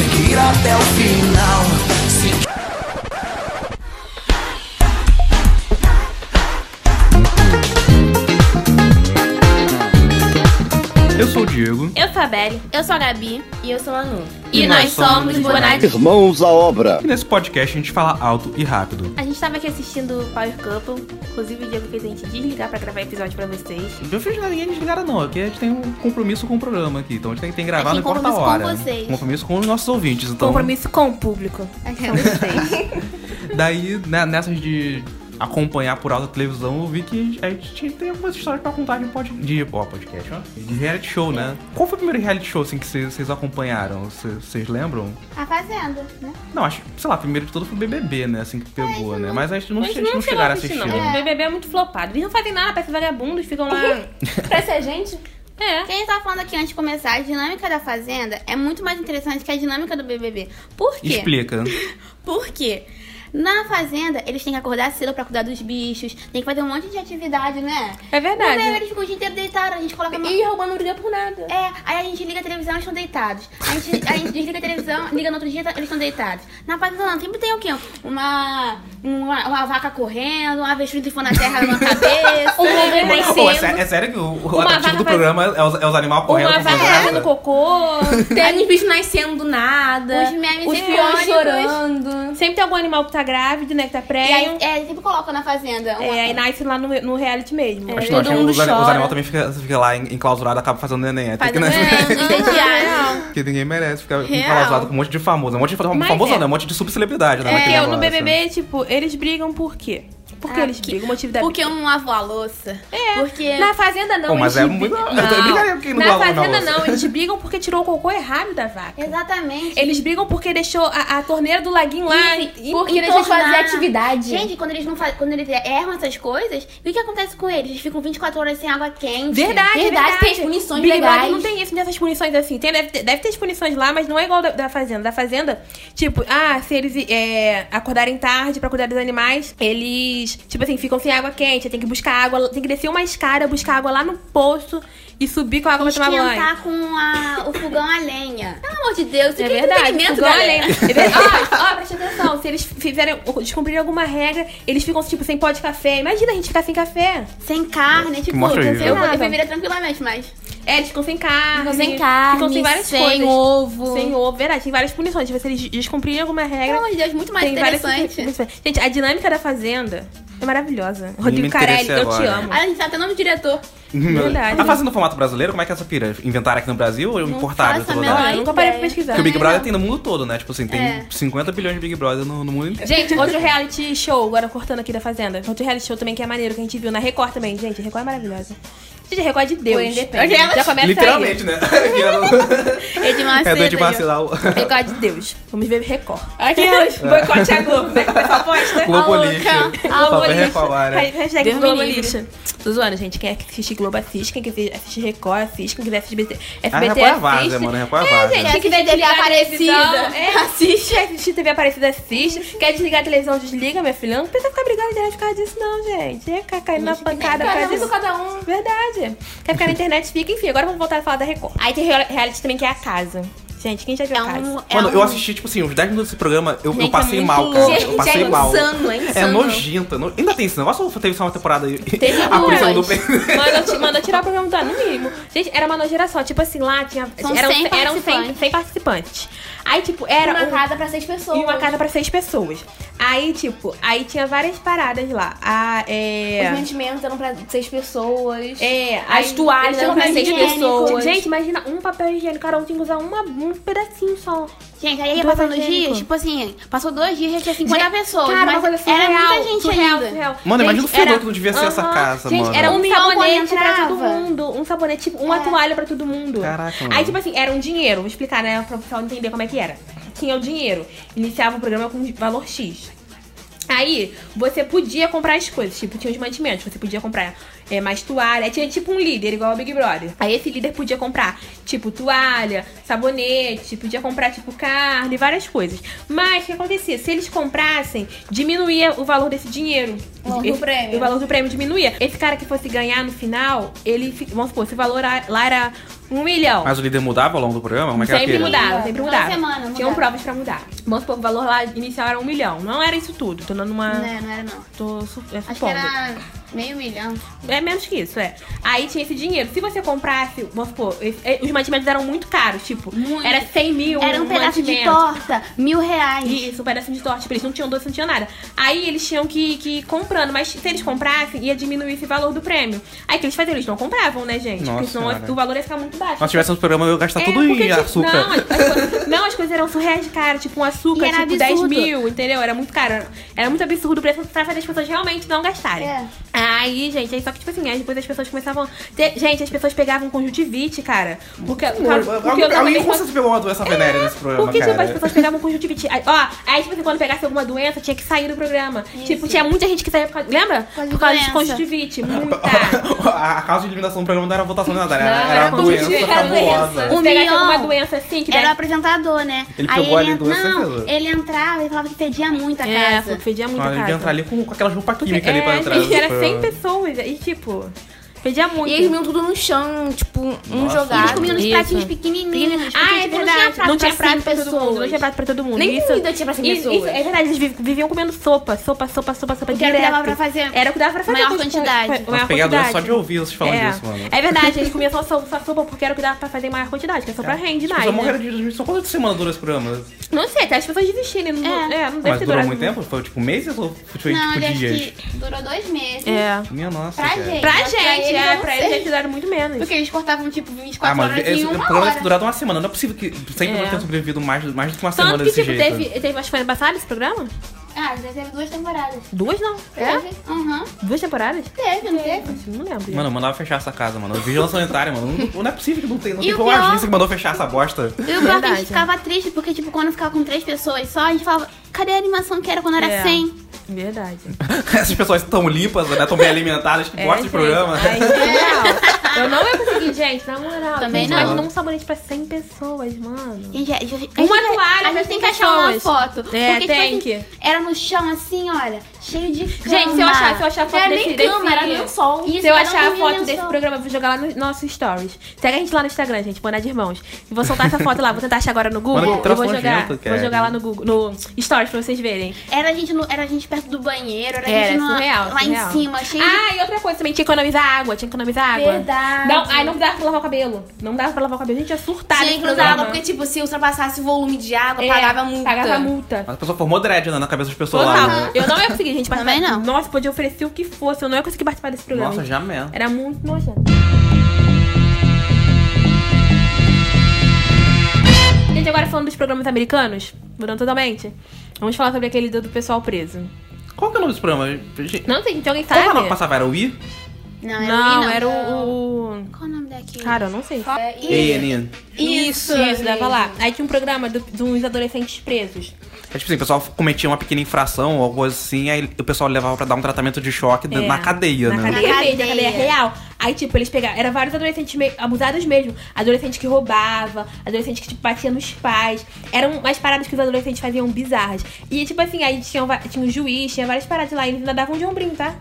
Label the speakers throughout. Speaker 1: é ir até o final. Se
Speaker 2: Eu sou o Diego.
Speaker 3: Eu sou a Beli, eu sou a Gabi e eu sou a Anu.
Speaker 2: E nós somos Bonadinho.
Speaker 4: Irmãos à obra.
Speaker 2: E nesse podcast a gente fala alto e rápido.
Speaker 3: A gente tava aqui assistindo Power Couple, inclusive o Diego fez a gente desligar pra gravar episódio pra vocês.
Speaker 2: Eu fiz ninguém desligada não, aqui a gente tem um compromisso com o programa aqui, então a gente tem que ter gravado
Speaker 5: tem
Speaker 2: em corta
Speaker 5: compromisso
Speaker 2: hora.
Speaker 5: com vocês.
Speaker 2: Compromisso com os nossos ouvintes, então.
Speaker 3: Compromisso com o público.
Speaker 2: Daí, né, nessas de acompanhar por alta televisão, eu vi que a gente tem algumas histórias pra contar de, pod... de ó, podcast, ó. De reality show, né? Qual foi o primeiro reality show assim, que vocês vocês acompanharam? Vocês vocês lembram?
Speaker 5: A Fazenda, né?
Speaker 2: Não, acho, que, sei lá, primeiro de tudo foi o BBB, né? Assim que pegou, né? Mas a gente não,
Speaker 3: Mas
Speaker 2: che- não chegaram a assistir.
Speaker 3: não.
Speaker 2: né?
Speaker 3: O BBB é muito flopado. Eles não fazem nada, parece vagabundos, ficam lá...
Speaker 6: Parece a gente?
Speaker 3: É.
Speaker 5: Quem tava falando aqui antes de começar, a dinâmica da Fazenda é muito mais interessante que a dinâmica do BBB. Por quê?
Speaker 2: Explica.
Speaker 5: Por quê? Na Fazenda, eles têm que acordar cedo pra cuidar dos bichos, tem que fazer um monte de atividade, né?
Speaker 3: É verdade.
Speaker 5: Não, eles ficam o dia inteiro deitados, a gente coloca... uma-
Speaker 6: E roubando briga por nada.
Speaker 5: É, aí a gente liga a televisão, eles estão deitados. A gente, a gente desliga a televisão, liga no outro dia, tá- eles estão deitados. Na fazenda não, sempre tem o quê? Uma, uma, uma vaca correndo, um avestruz que for na terra na cabeça.
Speaker 3: O bebê
Speaker 2: Pô, é, sé-
Speaker 3: nascendo,
Speaker 2: é sério que o, o
Speaker 3: Uma
Speaker 2: atrativo do
Speaker 3: vaca
Speaker 2: programa é os, é os animais correndo
Speaker 3: uma
Speaker 2: com
Speaker 3: vaca no
Speaker 2: conversa?
Speaker 3: cocô, tem os bichos nascendo do nada,
Speaker 5: Os memes
Speaker 3: os
Speaker 5: irônicos.
Speaker 3: peões chorando. Sempre tem algum animal que tá grávido, né, que tá
Speaker 5: E aí,
Speaker 3: prenho.
Speaker 5: é, sempre colocam na fazenda. uma-
Speaker 3: É, aí nasce lá no, no reality mesmo.
Speaker 2: Acho que não,
Speaker 3: Todo
Speaker 2: acho que
Speaker 3: mundo
Speaker 2: os, ani- os
Speaker 3: chora.
Speaker 2: animais também ficam fica lá en- enclausurados, acabam fazendo neném. Até que,
Speaker 3: Fazendo
Speaker 2: né?
Speaker 3: neném, os
Speaker 5: Ah,
Speaker 3: entediados.
Speaker 2: Porque ninguém merece ficar
Speaker 5: Real.
Speaker 2: enclausurado com um monte de famoso. Um monte de famoso,
Speaker 3: Mas
Speaker 2: famoso
Speaker 3: é.
Speaker 2: não, é um monte de subcelebridade, né? naquele
Speaker 3: Porque É, no
Speaker 2: negócio.
Speaker 3: BBB, tipo, eles brigam por quê? Por que
Speaker 5: Ah,
Speaker 3: eles
Speaker 5: porque-
Speaker 3: brigam? O motivo da
Speaker 5: Porque um lavou a louça.
Speaker 3: É.
Speaker 5: Porque...
Speaker 3: Na Fazenda não,
Speaker 2: Pô, mas é
Speaker 3: eles
Speaker 2: muito.
Speaker 3: brigam-
Speaker 2: Eu tô- eu brigaria porque não
Speaker 3: Na
Speaker 2: lavou na
Speaker 3: Fazenda
Speaker 2: louça.
Speaker 3: não, eles brigam porque tirou o cocô errado da vaca.
Speaker 5: Exatamente.
Speaker 3: Eles brigam porque deixou a, a torneira do laguinho lá.
Speaker 5: E- então
Speaker 3: em-
Speaker 6: Porque
Speaker 3: em-
Speaker 6: eles vão fazer
Speaker 5: tornar-
Speaker 6: atividade.
Speaker 5: Gente, quando eles, não fa- quando eles erram essas coisas, e o que acontece com eles? Eles ficam 24 horas sem água quente.
Speaker 3: Verdade,
Speaker 6: Verdade,
Speaker 3: verdade.
Speaker 6: tem as punições
Speaker 3: Big
Speaker 6: legais.
Speaker 3: Brother não tem isso, não tem essas punições assim. Tem, deve, ter, deve ter as punições lá, mas não é igual da, da Fazenda. Da Fazenda, tipo, ah, se eles é, acordarem tarde pra cuidar dos animais, eles, tipo assim, ficam sem água quente, tem que buscar água, tem que descer uma escada, buscar água lá no poço e subir com a água pra tomar banho.
Speaker 5: Esquentar com a- o fogão a lenha. Pelo amor de Deus, isso
Speaker 3: É
Speaker 5: aqui
Speaker 3: verdade,
Speaker 5: entretenimento,
Speaker 3: fogão a
Speaker 5: galera.
Speaker 3: lenha. É ver- Ó, ó, presta atenção. Se eles fizerem, descumprirem alguma regra, eles ficam, tipo, sem pó de café. Imagina a gente ficar sem café.
Speaker 5: Sem carne, tipo,
Speaker 2: mostra
Speaker 5: eu,
Speaker 2: isso.
Speaker 5: eu, eu
Speaker 3: Nada.
Speaker 5: beberia tranquilamente, mas.
Speaker 3: É, eles ficam sem carne.
Speaker 6: Ficam sem carne,
Speaker 3: Ficam sem várias
Speaker 6: sem
Speaker 3: coisas.
Speaker 6: ovo.
Speaker 3: Sem ovo, verdade. Tem várias punições. Tipo, se eles descumprirem alguma regra...
Speaker 5: Pelo amor de Deus, muito mais
Speaker 3: tem várias
Speaker 5: interessante.
Speaker 3: punições. Gente, a dinâmica da Fazenda é maravilhosa. Rodrigo
Speaker 2: interessei
Speaker 3: Carelli, eu te
Speaker 2: agora.
Speaker 3: amo.
Speaker 5: Aí a gente sabe até o nome do diretor.
Speaker 3: Verdade.
Speaker 2: Tá fazendo formato brasileiro? Como é que é essa pira? Inventaram aqui no Brasil ou importaram?
Speaker 5: faço
Speaker 2: sei
Speaker 5: a
Speaker 2: lá?
Speaker 5: menor
Speaker 3: Olha, Ah, eu nunca parei pra
Speaker 5: ideia.
Speaker 3: pesquisar.
Speaker 2: Porque o Big
Speaker 5: Também
Speaker 2: Brother tem
Speaker 5: não.
Speaker 2: no mundo todo, né? Tipo assim, tem
Speaker 5: É.
Speaker 2: 50 bilhões de Big Brother no, no mundo inteiro.
Speaker 3: Gente, outro reality show, agora cortando aqui da Fazenda. Outro reality show também que é maneiro, que a gente viu na Record também. Gente, a Record é maravilhosa. Gente, a Record é de Deus.
Speaker 6: Por Independence.
Speaker 3: Aquelas- Já começa
Speaker 2: Literalmente, né? Que era-
Speaker 5: Edmar
Speaker 2: é doido de
Speaker 5: Seda,
Speaker 2: vacilar o
Speaker 3: aí. Record de Deus. Vamos ver Record. Aquelas. Boicote a Globo, né? Que o pessoal posta.
Speaker 2: Globo
Speaker 3: Alô,
Speaker 2: lixo.
Speaker 3: Alô,
Speaker 2: Só pra
Speaker 3: lixo.
Speaker 2: refalar, né?
Speaker 3: Hashtag
Speaker 6: Deus me
Speaker 3: Globo
Speaker 6: livre.
Speaker 3: lixo. Tô zoando, gente. Quem é assiste Globo assiste. Quem quiser assistir Record assiste. Quem quiser assistir BT,
Speaker 2: Ah,
Speaker 3: FBT
Speaker 2: Record é vaza,
Speaker 3: assiste.
Speaker 2: mano. Record é vaza.
Speaker 3: Gente, quem
Speaker 5: Quer
Speaker 3: quiser
Speaker 5: assistir TV
Speaker 3: desligar a
Speaker 5: Aparecida,
Speaker 3: televisão, é, assiste. Quer assistir TV Aparecida, assiste. Quer desligar a televisão, desliga, minha filha. Não precisa ficar brigando direto por causa disso, não, gente. É ficar caindo na pancada por
Speaker 6: Cada
Speaker 3: causa
Speaker 6: um com
Speaker 3: disso.
Speaker 6: cada um.
Speaker 3: Verdade. Quer ficar na internet, fica. Enfim, agora vamos voltar a falar da Record. Aí tem real- reality também que é a casa. Gente, quem já viu
Speaker 5: É
Speaker 3: a casa?
Speaker 5: um. É
Speaker 2: Mano,
Speaker 5: um...
Speaker 2: eu assisti, tipo assim, uns 10 minutos desse programa, eu, eu
Speaker 5: Gente, é
Speaker 2: passei
Speaker 5: muito
Speaker 2: mal, cara.
Speaker 5: louco.
Speaker 2: Eu passei
Speaker 5: é
Speaker 2: mal.
Speaker 5: insano, é
Speaker 2: É
Speaker 5: insano.
Speaker 2: nojento. é no- Ainda tem esse negócio ou teve só uma temporada aí?
Speaker 3: Teve
Speaker 2: a prisão do
Speaker 3: duas.
Speaker 2: pe-
Speaker 3: Manda, ti- manda tirar o programa do ar, no mínimo. Gente, era uma nova geração. Tipo assim, lá tinha.
Speaker 5: São
Speaker 3: eram
Speaker 5: 100
Speaker 3: eram 100
Speaker 5: participantes.
Speaker 3: 100 participantes. Aí, tipo, era.
Speaker 6: Uma
Speaker 3: um-
Speaker 6: casa pra seis pessoas.
Speaker 3: E uma casa pra seis pessoas. Aí, tipo, aí tinha várias paradas lá. A,
Speaker 6: Os
Speaker 3: é...
Speaker 6: mantimentos eram pra seis pessoas.
Speaker 3: É,
Speaker 6: As
Speaker 3: aí-
Speaker 6: toalhas
Speaker 3: eles
Speaker 6: eram pra seis
Speaker 3: higiênico.
Speaker 6: pessoas.
Speaker 3: Gente, imagina um papel higiênico. Carol tinha que usar uma, um pedacinho só.
Speaker 5: Gente, aí ia
Speaker 3: Dois
Speaker 5: passando os
Speaker 3: evangélicos.
Speaker 5: dias, tipo assim, passou dois dias, já tinha 50
Speaker 3: Gente,
Speaker 5: pessoas.
Speaker 3: Cara, uma
Speaker 5: mas
Speaker 3: coisa assim,
Speaker 5: era
Speaker 3: surreal,
Speaker 5: muita gente
Speaker 3: surreal,
Speaker 5: ainda.
Speaker 3: surreal.
Speaker 2: Mano, imagina o
Speaker 3: Gente, era-
Speaker 2: fedor que não devia ser essa
Speaker 3: Aham.
Speaker 2: casa,
Speaker 3: Gente,
Speaker 2: mano.
Speaker 3: era um
Speaker 6: Um milhão
Speaker 3: sabonete pra
Speaker 6: entrava.
Speaker 3: todo mundo. Um sabonete, tipo,
Speaker 5: É.
Speaker 3: uma toalha pra todo mundo.
Speaker 2: Caraca, mano.
Speaker 3: Aí, tipo assim, era um dinheiro. Vou explicar, né? Pra o pessoal entender como é que era. Tinha o dinheiro. Iniciava o programa com valor X. Aí, você podia comprar as coisas, tipo, tinha os mantimentos, você podia comprar é, mais toalha, tinha tipo um líder, igual ao Big Brother. Aí esse líder podia comprar, tipo, toalha, sabonete, podia comprar, tipo, carne, várias coisas. Mas o que acontecia? Se eles comprassem, diminuía o valor desse dinheiro.
Speaker 6: O valor do
Speaker 3: Esse-
Speaker 6: prêmio.
Speaker 3: O valor do prêmio diminuía. Esse cara que fosse ganhar no final, ele, fi- vamos supor, se o valor a- lá era Um milhão.
Speaker 2: Mas o líder mudava ao longo do programa? Como é que era
Speaker 3: sempre
Speaker 2: aquele?
Speaker 3: mudava, sempre
Speaker 5: Toda
Speaker 3: mudava.
Speaker 5: semana
Speaker 3: Tinham
Speaker 5: mudava.
Speaker 3: provas pra mudar. Vamos supor, o valor lá inicial era um milhão. Não era isso tudo. Tô dando uma.
Speaker 5: Não,
Speaker 6: Né?
Speaker 5: é, não era não.
Speaker 3: Tô su- é,
Speaker 5: Acho que
Speaker 3: supondo.
Speaker 5: era meio milhão.
Speaker 3: É menos que isso, é. Aí tinha esse dinheiro. Se você comprasse, vamos supor, esse- eh, os mantimentos eram muito caros, tipo,
Speaker 5: Muito.
Speaker 3: era 100 mil.
Speaker 5: Era um pedaço de
Speaker 3: mantimento.
Speaker 5: torta, mil reais.
Speaker 3: Isso, um pedacinho de torta. Tipo, eles não tinham doce, não tinham nada. Aí eles tinham que, que ir comprando, mas se eles comprassem, ia diminuir esse valor do prêmio. Aí o que eles faziam? Eles não compravam, né, gente?
Speaker 2: Nossa
Speaker 3: porque senão
Speaker 2: senhora.
Speaker 3: o valor ia ficar muito baixo.
Speaker 2: Nós tivéssemos um programa, eu ia gastar
Speaker 3: É,
Speaker 2: tudo
Speaker 3: porque,
Speaker 2: em
Speaker 3: tipo,
Speaker 2: açúcar.
Speaker 3: Não as, as coisas- não, as coisas eram surreais de cara. Tipo, um açúcar,
Speaker 5: E era
Speaker 3: tipo, 10
Speaker 5: absurdo.
Speaker 3: mil, entendeu? Era muito caro. Era muito absurdo o preço pra fazer as pessoas realmente não gastarem.
Speaker 5: É.
Speaker 3: Aí, gente, aí só que, tipo assim, aí depois as pessoas começavam... ter- gente, as pessoas pegavam um conjuntivite, cara. Porque, porque eu tava
Speaker 2: Alguém
Speaker 3: meio-
Speaker 2: com certeza pegou uma essa venérea nesse programa,
Speaker 3: porque,
Speaker 2: cara.
Speaker 3: tipo, as pessoas pegavam conjuntivite. Aí, ó, aí, tipo, assim, quando pegasse alguma doença, tinha que sair do programa. Tipo, tinha muita gente que saía por causa... Lembra?
Speaker 5: causa de
Speaker 3: por causa de
Speaker 5: doença.
Speaker 3: conjuntivite. Muita.
Speaker 2: a, a causa de eliminação do programa não era votação nem nada, era,
Speaker 3: Não,
Speaker 2: era
Speaker 3: era um
Speaker 2: a doença
Speaker 3: conjuntivite, era
Speaker 2: famosa.
Speaker 5: doença. Um
Speaker 3: Se pegasse
Speaker 5: milhão.
Speaker 3: alguma doença assim, que
Speaker 5: Era o
Speaker 3: desse-
Speaker 5: apresentador, né?
Speaker 2: Ele
Speaker 5: aí
Speaker 2: pegou ali
Speaker 5: ele, en-
Speaker 2: duas
Speaker 5: não,
Speaker 2: certezas.
Speaker 5: ele entrava e falava que fedia muito a
Speaker 3: É,
Speaker 5: casa.
Speaker 3: fedia muito
Speaker 2: Ah, ele
Speaker 3: casa.
Speaker 2: devia entrar ali com, com aquelas roupas
Speaker 3: Porque,
Speaker 2: químicas ali pra
Speaker 3: é,
Speaker 2: entrar.
Speaker 3: gente,
Speaker 2: no
Speaker 3: era 100
Speaker 2: programa.
Speaker 3: pessoas. E, tipo, pedia muito.
Speaker 6: E eles vinham tudo no chão, tipo, um
Speaker 2: Nossa.
Speaker 6: jogado.
Speaker 5: Eles comiam nos
Speaker 6: Isso.
Speaker 5: pratinhos pequenininhos.
Speaker 3: ah,
Speaker 5: porque,
Speaker 3: é
Speaker 5: tipo,
Speaker 3: verdade.
Speaker 5: Não tinha prato pra
Speaker 3: pra todo mundo.
Speaker 5: pessoas.
Speaker 3: Não tinha prato pra todo mundo.
Speaker 6: Nem
Speaker 3: isso,
Speaker 6: comida tinha pra cem
Speaker 3: isso-
Speaker 6: pessoas.
Speaker 3: é verdade, eles vi- viviam comendo sopa, sopa, sopa, sopa, sopa
Speaker 5: Porque era o que
Speaker 3: direto.
Speaker 5: dava pra fazer
Speaker 3: Era o que dava pra fazer.
Speaker 5: maior
Speaker 3: porque, tipo,
Speaker 5: quantidade.
Speaker 3: foi-
Speaker 2: Nossa,
Speaker 3: Maior
Speaker 2: peguei a doença
Speaker 3: quantidade.
Speaker 2: só de ouvir vocês falando
Speaker 3: é.
Speaker 2: disso, mano.
Speaker 3: É verdade, eles comiam só, só, só sopa porque era o que dava pra fazer maior quantidade, que a sopa rende
Speaker 2: Tipo,
Speaker 3: mais.
Speaker 2: só
Speaker 3: né?
Speaker 2: morreram de só quantas semanas durou esse programa?
Speaker 3: Não sei, até as pessoas desistirem. Não,
Speaker 5: É.
Speaker 3: é, não deve
Speaker 2: Mas
Speaker 3: ter
Speaker 2: durou
Speaker 3: durado
Speaker 2: muito tempo? Foi tipo meses ou foi
Speaker 5: Não,
Speaker 2: tipo
Speaker 5: ele acho
Speaker 2: dias?
Speaker 5: que durou dois meses.
Speaker 3: É.
Speaker 2: Minha nossa.
Speaker 5: Pra
Speaker 2: cara. Ah,
Speaker 5: gente.
Speaker 3: Pra
Speaker 5: Mas pra
Speaker 3: gente,
Speaker 5: eles, eu
Speaker 3: é,
Speaker 5: não
Speaker 3: pra
Speaker 5: sei.
Speaker 3: eles eles duraram muito menos.
Speaker 5: Porque eles cortavam, tipo, 24
Speaker 2: Ah, mano,
Speaker 5: horas
Speaker 2: esse,
Speaker 5: em
Speaker 2: o
Speaker 5: uma
Speaker 2: programa deve
Speaker 5: hora.
Speaker 2: ter durado uma semana. Não é possível que sempre
Speaker 3: É.
Speaker 2: é. tenha sobrevivido mais, mais de uma semana
Speaker 3: Tanto que,
Speaker 2: desse
Speaker 3: tipo,
Speaker 2: jeito.
Speaker 3: teve, teve. Acho que foi ano passado esse programa?
Speaker 5: Ah, já teve duas temporadas.
Speaker 3: Duas não.
Speaker 6: É?
Speaker 5: Teve? Aham.
Speaker 3: Duas temporadas?
Speaker 5: Teve, não teve?
Speaker 3: Não lembro.
Speaker 2: Mano, eu mandava fechar essa casa, mano. Vigilância sanitária, mano. Não, não é possível que não tenha. Não
Speaker 5: E
Speaker 2: tem
Speaker 5: o
Speaker 2: como
Speaker 5: pior-
Speaker 2: agência que mandou fechar essa bosta.
Speaker 5: E o pior é que a
Speaker 3: Verdade.
Speaker 5: gente ficava triste, porque, tipo, quando ficava com três pessoas só, a gente falava, cadê a animação que era quando era
Speaker 3: É.
Speaker 5: 100?
Speaker 3: Verdade.
Speaker 2: Essas pessoas tão limpas, né? Tão bem alimentadas, que
Speaker 3: É,
Speaker 2: gostam de
Speaker 3: gente.
Speaker 2: programa.
Speaker 3: Ai, na moral. Eu não ia conseguir, gente, na moral.
Speaker 5: Também
Speaker 3: Gente,
Speaker 5: não.
Speaker 3: Imagina um sabonete pra 100 pessoas, mano.
Speaker 5: Gente, a gente- a
Speaker 3: Uma
Speaker 5: gente-
Speaker 3: toalha
Speaker 5: A
Speaker 3: pra
Speaker 5: gente tem que
Speaker 3: cem
Speaker 5: achar uma
Speaker 3: pessoas.
Speaker 5: foto.
Speaker 3: É,
Speaker 5: porque,
Speaker 3: tem
Speaker 5: tipo, assim,
Speaker 3: que.
Speaker 5: era no chão, assim, olha, cheio de cama.
Speaker 3: Gente, se eu achar, se eu achar a foto
Speaker 6: Era
Speaker 3: desse,
Speaker 6: nem cama,
Speaker 3: desse-
Speaker 6: era lençol.
Speaker 5: Isso,
Speaker 3: se eu
Speaker 5: cada um
Speaker 3: achar a
Speaker 5: dormia
Speaker 3: foto
Speaker 5: lençol.
Speaker 3: desse programa, eu vou jogar lá no nosso stories. Segue a gente lá no Instagram, gente, Boné de Irmãos. E vou soltar essa foto lá, vou tentar achar agora no
Speaker 2: Mano, que
Speaker 3: Google. Eu
Speaker 2: troço
Speaker 3: vou jogar,
Speaker 2: nojento, cara.
Speaker 3: vou jogar lá no Google, no stories pra vocês verem.
Speaker 5: Era a gente, no, era a gente perto do banheiro, era a
Speaker 3: Era,
Speaker 5: gente no-
Speaker 3: É, surreal,
Speaker 5: lá
Speaker 3: surreal.
Speaker 5: em cima, cheio de...
Speaker 3: Ah, e outra coisa também, tinha que economizar água, tinha que economizar água.
Speaker 6: Verdade.
Speaker 3: Não, ai, não dava pra lavar o cabelo. Não dava pra lavar o cabelo, gente, é surtado.
Speaker 6: Tinha
Speaker 3: esse
Speaker 6: que usar água,
Speaker 3: programa.
Speaker 6: porque, tipo, se ultrapassasse o volume de água,
Speaker 3: É,
Speaker 6: pagava multa.
Speaker 3: Pagava multa.
Speaker 2: A pessoa formou dread né, na cabeça das pessoas Ah, lá.
Speaker 3: Total.
Speaker 2: né?
Speaker 3: Eu não ia conseguir, gente, participar.
Speaker 5: Também não.
Speaker 3: Nossa, podia oferecer o que fosse. Eu não ia conseguir participar desse programa.
Speaker 2: Nossa, já mesmo.
Speaker 3: Era muito nojento. Gente, agora falando dos programas americanos, mudando totalmente, vamos falar sobre aquele do do pessoal preso.
Speaker 2: Qual que é o nome desse programa? Gente,
Speaker 3: Não sei, tem alguém que
Speaker 2: Qual que é o nome
Speaker 3: sabe?
Speaker 2: que passava? Era o I?
Speaker 5: Não, era,
Speaker 3: É, Não,
Speaker 5: o Lee,
Speaker 3: era o, o-
Speaker 5: Qual o nome É, daquele?
Speaker 3: Cara, eu não sei.
Speaker 2: ENN.
Speaker 6: Isso,
Speaker 3: Isso, dava
Speaker 6: mesmo.
Speaker 3: lá. Aí tinha um programa do- de uns adolescentes presos.
Speaker 2: É tipo assim, o pessoal cometia uma pequena infração ou algo assim, aí o pessoal levava pra dar um tratamento de choque
Speaker 3: É,
Speaker 2: na cadeia,
Speaker 3: na
Speaker 2: né?
Speaker 3: Cadeia
Speaker 5: Na
Speaker 3: mesmo, na
Speaker 5: cadeia.
Speaker 3: cadeia real. Aí, tipo, eles pegaram. Era vários adolescentes meio, abusados mesmo. Adolescente que roubava, adolescente que, tipo, batia nos pais. Eram umas paradas que os adolescentes faziam bizarras. E, tipo assim, aí tinha, va- tinha um juiz, tinha várias paradas lá. E eles ainda davam de ombrinho, tá?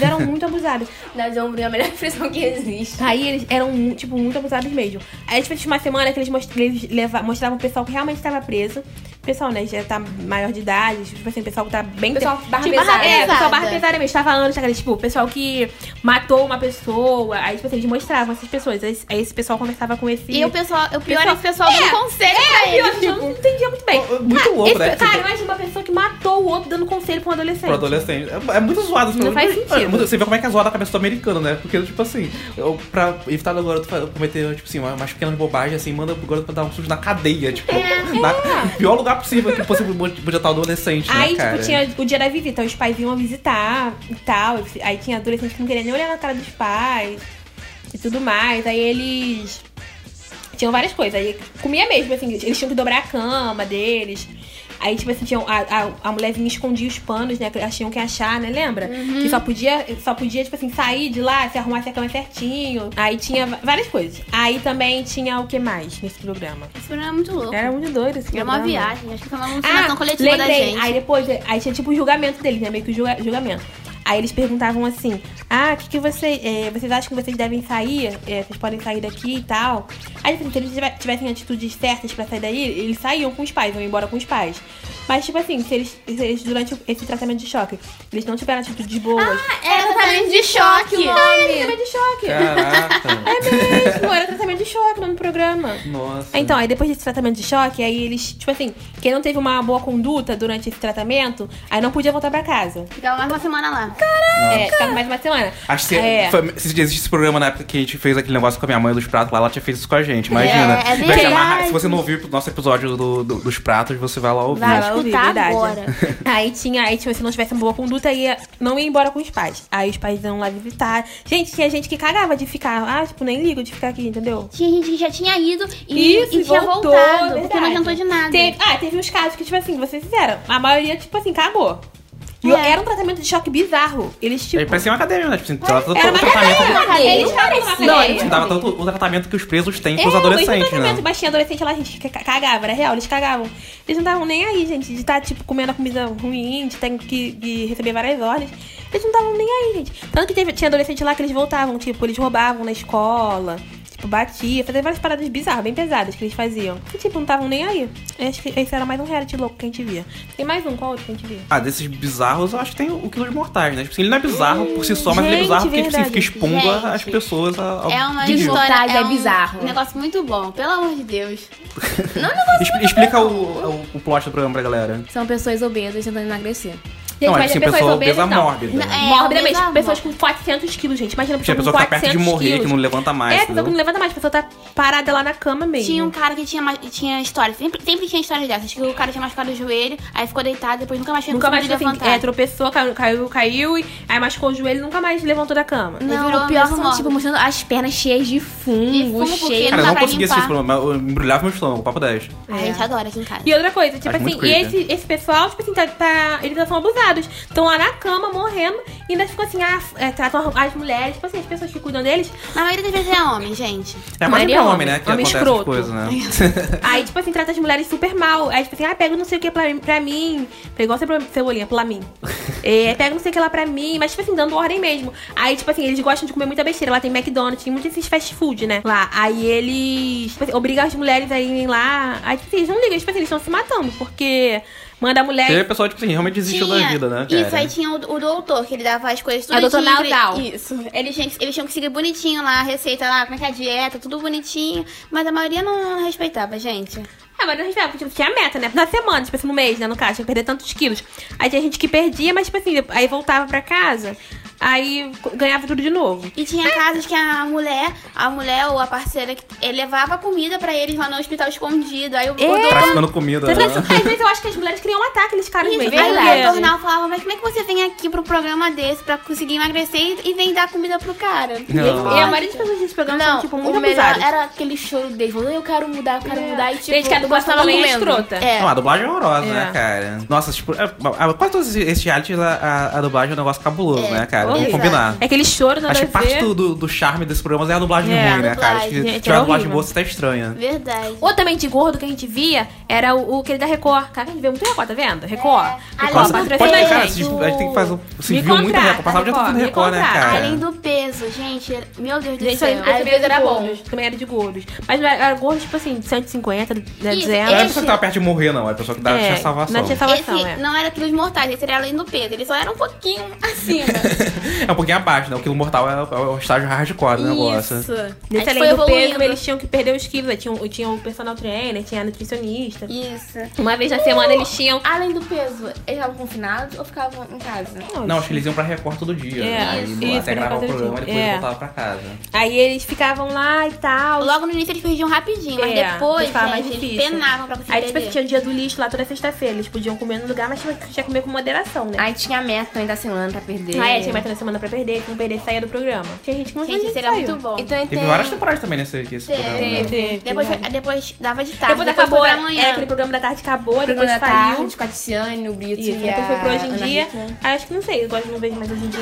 Speaker 3: eram muito abusados.
Speaker 6: Dar de ombro é a melhor expressão que existe.
Speaker 3: Aí eles eram, mu- tipo, muito abusados mesmo. Aí, tipo, tinha uma semana que eles, most- eles leva- mostravam o pessoal que realmente estava preso. O pessoal, né, já tá maior de idade, tipo assim, o pessoal que tá bem...
Speaker 6: Pessoal
Speaker 3: tempo-
Speaker 6: barra
Speaker 3: tipo,
Speaker 6: pesada.
Speaker 3: É, pessoal barra
Speaker 5: Pesada.
Speaker 3: pesada mesmo. Tava há anos, tá, tipo, o pessoal que matou uma pessoa. Aí, tipo assim, eles mostravam essas pessoas. Aí, aí esse pessoal conversava com esse...
Speaker 5: E o pessoal, o pior
Speaker 3: Pessoal-
Speaker 5: é que o pessoal
Speaker 3: É,
Speaker 5: dá um conselho tipo, pra
Speaker 3: Pior,
Speaker 5: ele.
Speaker 3: gente, eu não entendia muito bem.
Speaker 2: Muito louco,
Speaker 3: Esse-
Speaker 2: né?
Speaker 3: Cara, imagina uma pessoa que matou o outro dando conselho pra um adolescente.
Speaker 2: Pro adolescente. É, é muito zoado. esse
Speaker 3: Não
Speaker 2: programa.
Speaker 3: faz sentido.
Speaker 2: É muito- Você vê como é que é zoado a cabeça do americano, né? Porque, tipo assim, eu, pra evitar do garoto fa- cometer, tipo assim, uma- umas pequenas bobagens, assim, manda o garoto dar um sujo na cadeia, tipo,
Speaker 3: É,
Speaker 2: na pior lugar possível tipo assim, que possível podia estar o adolescente, né,
Speaker 3: Aí,
Speaker 2: cara?
Speaker 3: tipo, tinha o dia da visita, os pais vinham visitar e tal. Aí tinha adolescente que não queria nem olhar na cara dos pais e tudo mais. Aí eles. Tinham várias coisas. Aí comia mesmo, assim, eles tinham que dobrar a cama deles. Aí, tipo assim, tinham a, a, a mulherzinha escondia os panos, né? Que elas tinham que achar, né? Lembra?
Speaker 5: Uhum.
Speaker 3: Que só podia, só podia, tipo assim, sair de lá, se arrumasse a cama certinho. Aí tinha va- várias coisas. Aí também tinha o que mais nesse programa?
Speaker 5: Esse programa é muito louco.
Speaker 3: Era muito doido esse
Speaker 5: Era
Speaker 3: programa. Ah,
Speaker 5: uma viagem, acho que foi uma alucinação coletiva da
Speaker 3: lembrei.
Speaker 5: gente.
Speaker 3: Aí depois, aí tinha tipo o julgamento deles, né? Meio que o julga- julgamento. Aí eles perguntavam assim: Ah, o que, que você, é, vocês acham que vocês devem sair? É, vocês podem sair daqui e tal. Aí, tipo, se eles tive- tivessem atitudes certas pra sair daí, eles saíam com os pais, iam embora com os pais. Mas, tipo assim, se eles, se eles durante esse tratamento de choque, eles não tiveram atitudes boas.
Speaker 5: Era tratamento de choque o
Speaker 3: era
Speaker 5: nome.
Speaker 3: tratamento de choque!
Speaker 2: Caraca.
Speaker 3: É mesmo, era tratamento de choque o nome do programa.
Speaker 2: Nossa.
Speaker 3: Então, aí depois desse tratamento de choque, aí eles, tipo assim, quem não teve uma boa conduta durante esse tratamento, aí não podia voltar pra casa.
Speaker 5: Ficava mais uma semana lá.
Speaker 3: É, ficava mais uma semana.
Speaker 2: Acho que
Speaker 3: É.
Speaker 2: foi- se existe esse programa na época que a gente fez aquele negócio com a minha mãe dos pratos lá, ela tinha feito isso com a gente, imagina.
Speaker 5: É, é
Speaker 2: Vai chamar-
Speaker 5: verdade.
Speaker 2: se você não ouviu o nosso episódio do- do- dos pratos, você vai lá ouvir.
Speaker 6: Ah,
Speaker 5: Vai
Speaker 3: Vai lá ouvir,
Speaker 5: escutar
Speaker 2: é
Speaker 3: verdade.
Speaker 5: agora.
Speaker 3: Aí tinha, aí tipo, se não tivesse uma boa conduta, ia, não ia embora com os pais. Aí os pais iam lá visitar. Gente, tinha gente que cagava de ficar, ah, tipo, nem ligo de ficar aqui, entendeu?
Speaker 5: Tinha gente que já tinha ido e,
Speaker 3: Isso,
Speaker 5: e tinha
Speaker 3: voltou,
Speaker 5: voltado, porque
Speaker 3: verdade.
Speaker 5: não adiantou de nada.
Speaker 3: Teve, ah, teve uns casos que, tipo assim, vocês fizeram. A maioria, tipo assim, cagou. E
Speaker 5: É.
Speaker 3: Era um tratamento de choque bizarro. Eles,
Speaker 2: É,
Speaker 3: tipo,
Speaker 2: parecia uma academia, né? Tipo, assim, tava todo
Speaker 3: era uma
Speaker 2: todo o tratamento.
Speaker 3: cadeia. Eles ficavam na
Speaker 6: Não, eles
Speaker 3: cadeia.
Speaker 2: Dava todo o tratamento que os presos têm
Speaker 3: É,
Speaker 2: pros adolescentes,
Speaker 3: mas não
Speaker 2: né?
Speaker 3: baixinha adolescente lá, gente, que ca- cagava, era real, eles cagavam. Eles não estavam nem aí, gente, de estar, tipo, comendo a comida ruim, de ter que de receber várias ordens. Eles não estavam nem aí, gente. Tanto que teve- tinha adolescente lá que eles voltavam, tipo, eles roubavam na escola, tipo, batia, fazia várias paradas bizarras, bem pesadas que eles faziam. E, tipo, não estavam nem aí. Acho que esse era mais um reality louco que a gente via. Tem mais um, qual outro que a gente via?
Speaker 2: Ah, desses bizarros, eu acho que tem o Quilos Mortais, né? Tipo assim, ele não é bizarro por si só, mas ele é
Speaker 3: Gente,
Speaker 2: bizarro porque tipo, assim,
Speaker 3: verdade.
Speaker 2: fica expondo
Speaker 5: Gente.
Speaker 2: as pessoas a- ao
Speaker 5: É uma
Speaker 2: perigo.
Speaker 5: história,
Speaker 6: Vontade é
Speaker 5: um
Speaker 6: bizarro.
Speaker 5: negócio muito bom, pelo amor de Deus.
Speaker 2: Expl- Explica o, o, o plot do programa pra galera.
Speaker 6: São pessoas obesas tentando emagrecer.
Speaker 3: Gente,
Speaker 2: não, é
Speaker 3: mas
Speaker 2: assim,
Speaker 3: é pessoas
Speaker 2: pessoa
Speaker 3: obesas,
Speaker 2: obesa
Speaker 3: não.
Speaker 2: mórbida. né?
Speaker 5: Não, é-
Speaker 3: Morbidamente,
Speaker 5: obesa,
Speaker 3: pessoas com 400 quilos, gente. Imagina a
Speaker 2: Tinha pessoa
Speaker 3: pessoa, com
Speaker 2: que tá perto
Speaker 3: 400
Speaker 2: de morrer,
Speaker 3: quilos.
Speaker 2: que não levanta mais.
Speaker 3: É,
Speaker 2: entendeu?
Speaker 3: pessoa que não levanta mais, a pessoa tá parada lá na cama mesmo.
Speaker 5: Tinha um cara que tinha, ma- tinha história, sempre, sempre tinha história dessas, que o cara tinha machucado o joelho, aí ficou deitado, depois nunca mais
Speaker 3: Nunca mais,
Speaker 5: conseguiu
Speaker 3: tipo assim,
Speaker 5: levantar.
Speaker 3: é, tropeçou, caiu, caiu, caiu, e aí machucou o joelho, nunca mais levantou da cama.
Speaker 5: Não,
Speaker 6: Não, o
Speaker 5: mesmo
Speaker 6: pior são,
Speaker 5: modo.
Speaker 6: tipo, mostrando as pernas cheias de
Speaker 5: De fungo,
Speaker 6: fungo, cheias...
Speaker 2: Cara,
Speaker 5: porque
Speaker 2: eu
Speaker 5: dá
Speaker 2: não
Speaker 5: pra
Speaker 2: conseguia assistir esse
Speaker 5: limpar.
Speaker 2: programa, eu embrulhava meu estômago, papo 10.
Speaker 5: A gente adora aqui em casa.
Speaker 3: é. E outra coisa, tipo
Speaker 2: Acho
Speaker 3: assim,
Speaker 2: muito
Speaker 3: e
Speaker 2: creepy.
Speaker 3: esse, esse pessoal, tipo assim, tá, tá- eles são abusados. Estão lá na cama, morrendo, e ainda ficam assim, ah, é, tratam as mulheres, tipo assim, as pessoas que cuidam deles.
Speaker 5: Na maioria das vezes é homem, gente.
Speaker 2: É mais
Speaker 3: Maria
Speaker 2: pra homem,
Speaker 3: homem,
Speaker 2: né? Que
Speaker 3: homem
Speaker 2: acontece
Speaker 3: escroto.
Speaker 2: essas coisas, né?
Speaker 3: Aí, tipo assim, tratam as mulheres super mal. Aí, tipo assim, ah, pega não sei o que pra, mim- pra mim. Pegou essa pro- cebolinha pra mim. É, pega não sei o que lá pra mim. Mas, tipo assim, dando ordem mesmo. Aí, tipo assim, eles gostam de comer muita besteira. Lá tem McDonald's, tem muitos esses fast food, né? Lá. Aí eles tipo assim, obrigam as mulheres a irem lá. Aí, tipo assim, eles não ligam. Tipo assim, eles estão se matando. Porque manda a mulher.
Speaker 2: Porque a pessoa, tipo assim, realmente desistiu da vida, né?
Speaker 5: Isso,
Speaker 2: cara?
Speaker 5: aí tinha o, o doutor, que ele dava as coisas tudo.
Speaker 3: É o doutor
Speaker 5: tinha ingre-
Speaker 3: Naudal.
Speaker 5: Isso. Eles tinham, que- eles tinham que seguir bonitinho lá, a receita lá, como é que é a dieta, tudo bonitinho. Mas a maioria não respeitava, gente.
Speaker 3: Ah, mas não respeitava, porque, tipo, tinha meta, né? Na semana, tipo assim, no mês, né? No caso, tinha que perder tantos quilos. Aí tinha gente que perdia, mas, tipo assim, aí voltava pra casa. Aí ganhava tudo de novo.
Speaker 5: E tinha casos que a mulher, a mulher ou a parceira, que- ele levava comida pra eles lá no hospital escondido. Aí o, o doutor.
Speaker 2: Traficando comida. né?
Speaker 3: Tá vendo? Às vezes eu acho que as mulheres criam um ataque eles caras
Speaker 5: Isso,
Speaker 3: mesmo.
Speaker 5: aí o
Speaker 3: Porque-
Speaker 5: doutor Nau falava, mas como é que você vem aqui pro programa desse pra conseguir emagrecer e, e vem dar comida pro cara?
Speaker 2: Não.
Speaker 3: E a maioria das pessoas desse programa são,
Speaker 6: Não,
Speaker 3: tipo,
Speaker 6: o
Speaker 3: muito
Speaker 6: melhor
Speaker 3: abusadas.
Speaker 5: é,
Speaker 6: era aquele choro deles. Falando, eu quero mudar, eu quero mudar. E, tipo,
Speaker 3: Gente, que a dublagem
Speaker 6: gostava
Speaker 3: também é
Speaker 6: comendo.
Speaker 3: escrota.
Speaker 5: É.
Speaker 2: Não, a dublagem é horrorosa,
Speaker 3: É.
Speaker 2: né, cara? Nossa, tipo, é, a- quase todos esses realities, a, a- a dublagem é um negócio cabuloso, né, cara? Vamos
Speaker 5: horrível.
Speaker 2: combinar.
Speaker 3: É aquele choro na
Speaker 2: Acho que parte do, do, do charme desse programa é a dublagem
Speaker 3: É,
Speaker 2: ruim, né, cara? Acho que
Speaker 3: dublagem,
Speaker 2: se
Speaker 3: gente,
Speaker 2: tiver
Speaker 3: era
Speaker 2: uma dublagem
Speaker 3: horrível.
Speaker 2: boa, você tá estranha.
Speaker 5: Verdade.
Speaker 3: Ou também de gordo que a gente via era o, o aquele da Record. Cara, a gente vê muito Record, tá vendo? Record.
Speaker 5: É.
Speaker 3: Record
Speaker 2: Nossa,
Speaker 5: Além do
Speaker 3: patrocina
Speaker 2: pode,
Speaker 3: a
Speaker 2: cara,
Speaker 3: gente.
Speaker 2: se- a gente tem que fazer um. Se
Speaker 3: Me
Speaker 2: viu muito
Speaker 3: contrata,
Speaker 2: Record, passava o dia todo
Speaker 3: Record,
Speaker 2: no Record, né,
Speaker 3: me contrata.
Speaker 2: cara?
Speaker 5: Além do peso, gente, é, era- meu Deus do
Speaker 3: É. Gente,
Speaker 5: céu.
Speaker 3: aí
Speaker 5: Ai,
Speaker 3: às vezes
Speaker 6: era
Speaker 3: era
Speaker 6: bom.
Speaker 3: bom. Também era de gordos. Mas era, era gordo, tipo assim, de 150, né, 200.
Speaker 5: Isso,
Speaker 2: Não é a
Speaker 5: esse-
Speaker 2: pessoa que tava perto de morrer, não. É a pessoa que dá,
Speaker 3: É,
Speaker 2: tinha salvação.
Speaker 3: Não tinha salvação,
Speaker 5: Esse
Speaker 3: é.
Speaker 5: não era quilos mortais, esse era além do peso. Ele só era um pouquinho acima.
Speaker 2: É um pouquinho abaixo, né? O quilo mortal é, é o estágio hardcore do negócio.
Speaker 5: Isso. Aí
Speaker 3: Nesse
Speaker 5: foi
Speaker 3: além do peso,
Speaker 5: evoluindo.
Speaker 3: eles tinham que perder os quilos. Aí Tinha, um, tinha o personal trainer, tinha a nutricionista.
Speaker 5: Isso.
Speaker 3: Uma vez na semana eles tinham.
Speaker 6: Além do peso, eles estavam confinados ou ficavam em casa?
Speaker 2: Não, acho que eles iam pra Record todo dia.
Speaker 3: É,
Speaker 2: né?
Speaker 3: isso,
Speaker 2: Aí,
Speaker 3: isso,
Speaker 2: até gravar o
Speaker 3: Record todo
Speaker 2: programa,
Speaker 3: dia.
Speaker 2: depois
Speaker 3: É.
Speaker 2: voltava pra casa.
Speaker 3: Aí eles ficavam lá e tal.
Speaker 5: Logo no início eles perdiam rapidinho, mas
Speaker 3: É,
Speaker 5: depois,
Speaker 3: ficava mais
Speaker 5: gente, eles
Speaker 3: difícil.
Speaker 5: penavam pra conseguir
Speaker 3: Aí, tipo assim,
Speaker 5: perder.
Speaker 3: tinha o dia do lixo lá toda sexta-feira. Eles podiam comer no lugar, mas tinha tinha que comer com moderação, né?
Speaker 6: Aí tinha a meta também da semana pra perder.
Speaker 3: Ah, é, tinha meta na semana pra perder, que não perder saía do programa. Tinha gente que não
Speaker 5: Gente,
Speaker 3: sabia
Speaker 5: isso
Speaker 3: que
Speaker 5: era
Speaker 3: saiu.
Speaker 5: muito bom.
Speaker 6: Então,
Speaker 2: Teve várias temporadas também nesse, aqui, esse programa. né?
Speaker 3: Teve.
Speaker 5: Depois, foi- Tá, depois dava de tarde,
Speaker 3: Depois, acabou,
Speaker 5: foi pra
Speaker 3: é,
Speaker 5: manhã.
Speaker 3: aquele programa da tarde acabou, depois
Speaker 6: Depois
Speaker 3: saiu.
Speaker 6: saiu. Com a Tiziane, o Brito
Speaker 3: Isso,
Speaker 6: e a
Speaker 3: depois foi pro hoje em
Speaker 6: Ana
Speaker 3: dia. Ah,
Speaker 6: Rita.
Speaker 3: Acho que não sei, eu gosto de não vejo mais hoje em dia.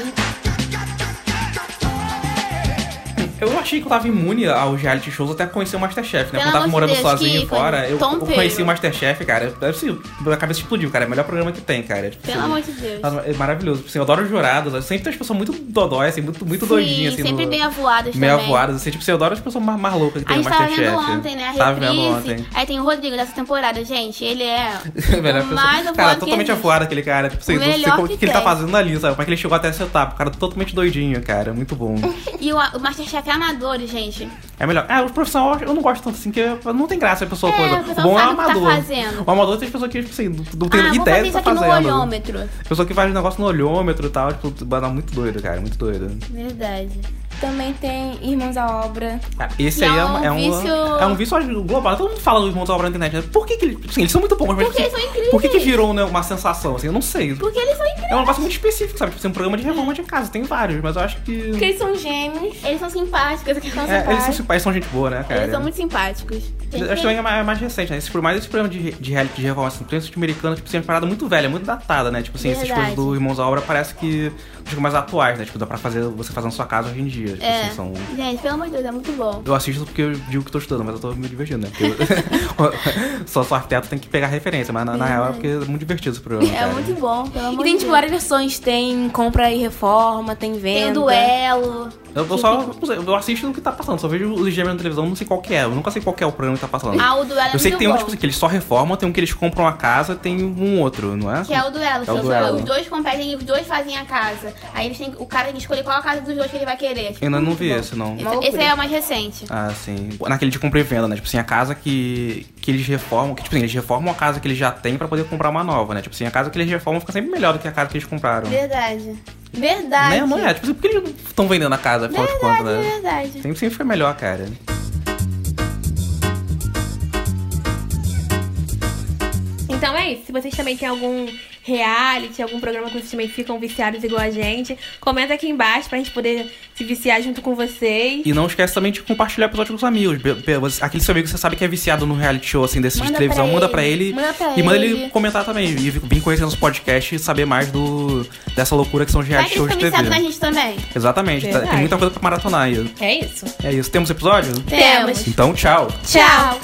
Speaker 2: Eu achei que eu tava imune aos reality shows até conhecer o Masterchef, né?
Speaker 5: Pelo
Speaker 2: Quando eu tava
Speaker 5: amor de
Speaker 2: morando
Speaker 5: Deus,
Speaker 2: sozinho
Speaker 5: que
Speaker 2: fora, eu, eu
Speaker 5: tonteiro.
Speaker 2: conheci o Masterchef, cara. Eu- Assim, minha cabeça explodiu, cara. É o melhor programa que tem, cara. Tipo,
Speaker 5: Pelo
Speaker 2: assim,
Speaker 5: amor de Deus.
Speaker 2: É maravilhoso. Assim, eu adoro os jurados. né? Sempre tem as pessoas muito dodói, assim, muito, muito doidinhas. Assim,
Speaker 5: sempre
Speaker 2: no-
Speaker 5: meio avoadas
Speaker 2: meio
Speaker 5: também.
Speaker 2: avoadas. Assim, tipo, assim, eu adoro as pessoas mais, mais loucas que
Speaker 5: A
Speaker 2: tem no
Speaker 5: gente tava
Speaker 2: Masterchef.
Speaker 5: vendo ontem, né? A
Speaker 2: Tava vendo
Speaker 5: reprise. Aí tem o Rodrigo dessa temporada, gente. Ele é
Speaker 2: A melhor
Speaker 5: o
Speaker 2: pessoa.
Speaker 5: mais
Speaker 2: cara,
Speaker 5: avoado que
Speaker 2: totalmente
Speaker 5: existe.
Speaker 2: afuado aquele cara. Tipo, assim,
Speaker 5: O
Speaker 2: não sei
Speaker 5: melhor
Speaker 2: como- o que,
Speaker 5: que
Speaker 2: ele tá
Speaker 5: tem.
Speaker 2: fazendo ali, sabe? Como é que ele chegou até a setup? O cara é totalmente doidinho, cara. Muito bom.
Speaker 5: E o, o Masterchef é amador, gente.
Speaker 2: É melhor. É, os profissionais eu não gosto tanto assim, que não tem graça a pessoa
Speaker 5: É,
Speaker 2: coisa.
Speaker 5: a pessoa
Speaker 2: o bom é o
Speaker 5: sabe o que tá
Speaker 2: amador.
Speaker 5: fazendo.
Speaker 2: o amador tem as pessoas que, tipo assim, não, não tem
Speaker 5: ah,
Speaker 2: ideia
Speaker 5: vou fazer
Speaker 2: do que
Speaker 5: isso
Speaker 2: tá
Speaker 5: aqui no
Speaker 2: fazendo.
Speaker 5: olhômetro.
Speaker 2: Pessoa que faz um negócio no olhômetro e tal, tipo, banal muito doido, cara. Muito doido.
Speaker 5: Verdade.
Speaker 6: Também tem Irmãos à Obra.
Speaker 2: Cara, Esse
Speaker 5: E
Speaker 2: aí
Speaker 5: é
Speaker 2: é, uma-
Speaker 5: um
Speaker 2: é um,
Speaker 5: vício-
Speaker 2: é um vício acho, global. Todo mundo fala dos irmãos da obra na internet. né? Por que, que eles. Sim, eles são muito bons, mas. tipo,
Speaker 5: Porque eles são incríveis.
Speaker 2: Por que, que virou né, uma sensação? Assim, eu não sei.
Speaker 5: Porque eles são incríveis.
Speaker 2: É um negócio muito específico, sabe? Tipo, assim, um programa de reforma de casa. Tem vários, mas eu acho que.
Speaker 6: Porque eles são gêmeos.
Speaker 5: Eles são simpáticos. Eles são,
Speaker 2: É, eles são
Speaker 5: simpáticos.
Speaker 2: simpáticos, eles são gente boa, né, cara?
Speaker 5: Eles são muito simpáticos. Gente,
Speaker 2: Acho que também é mais, é mais recente, né? Esse, por mais esse programa de, de reality de reforma, assim, principalmente americano, tipo, assim, é uma parada muito velha, muito datada, né? Tipo assim, essas
Speaker 5: Verdade.
Speaker 2: coisas do Irmãos à Obra parece que ficam mais atuais, né? Tipo, dá pra fazer, você fazer na sua casa hoje em dia. Tipo,
Speaker 5: É.
Speaker 2: assim, são...
Speaker 5: Gente, pelo amor de Deus, é muito bom.
Speaker 2: Eu assisto porque eu digo que tô estudando, mas eu tô me divertindo, né? Porque eu... só, só arquiteto tem que pegar referência, mas na, na real é porque é muito divertido esse programa.
Speaker 5: É
Speaker 2: cara.
Speaker 5: muito bom, pelo
Speaker 6: E
Speaker 5: amor
Speaker 6: tem
Speaker 5: de
Speaker 6: tipo
Speaker 5: Deus.
Speaker 6: várias versões. Tem compra e reforma, tem venda.
Speaker 5: Tem o duelo.
Speaker 2: Eu, eu só não sei, eu assisto o que tá passando, só vejo os gêmeos na televisão, não sei qual que é. Eu nunca sei qual que é o programa que tá passando.
Speaker 5: Ah, o duelo
Speaker 2: eu sei que
Speaker 5: é muito
Speaker 2: tem um
Speaker 5: bom.
Speaker 2: tipo assim, que eles só reformam, tem um que eles compram a casa, tem um outro, não é?
Speaker 5: Que é o duelo,
Speaker 2: É o
Speaker 5: que
Speaker 2: duelo.
Speaker 5: os dois competem e os dois fazem a casa. Aí eles têm, o cara tem que escolher qual a casa dos dois que ele vai querer. Tipo,
Speaker 2: Eu ainda não vi
Speaker 5: Muito bom.
Speaker 2: esse, não.
Speaker 5: Esse- Esse aí é o mais recente.
Speaker 2: Ah, sim. Naquele de compra e venda, né? Tipo assim, a casa que, que eles reformam, que tipo assim, eles reformam a casa que eles já têm pra poder comprar uma nova, né? Tipo assim, a casa que eles reformam fica sempre melhor do que a casa que eles compraram.
Speaker 5: Verdade. Verdade.
Speaker 2: Né, não é? Tipo assim, por que eles não estão vendendo a casa, afinal de contas, né?
Speaker 5: Verdade.
Speaker 2: Sempre, sempre foi melhor, cara.
Speaker 3: Então é isso. Se vocês também têm algum reality, algum programa que vocês também ficam viciados igual a gente, comenta aqui embaixo pra gente poder se viciar junto com vocês.
Speaker 2: E não esquece também de compartilhar o episódio com os amigos. Be- be- você- Aquele seu amigo que você sabe que é viciado no reality show, assim, desses de
Speaker 5: Manda
Speaker 2: televisão,
Speaker 5: pra
Speaker 2: manda
Speaker 5: ele.
Speaker 2: pra ele.
Speaker 5: Manda pra
Speaker 2: e manda ele.
Speaker 5: ele.
Speaker 2: comentar também. E vir conhecer nosso podcast e saber mais do, dessa loucura que são os
Speaker 5: Vai
Speaker 2: reality
Speaker 5: que eles
Speaker 2: shows de
Speaker 5: estão
Speaker 2: TV.
Speaker 5: viciados na gente também.
Speaker 2: Exatamente, tá- tem
Speaker 3: Verdade.
Speaker 2: muita coisa pra maratonar aí.
Speaker 3: É isso.
Speaker 2: É isso. Temos episódio?
Speaker 5: Temos.
Speaker 2: Então, tchau.
Speaker 3: Tchau.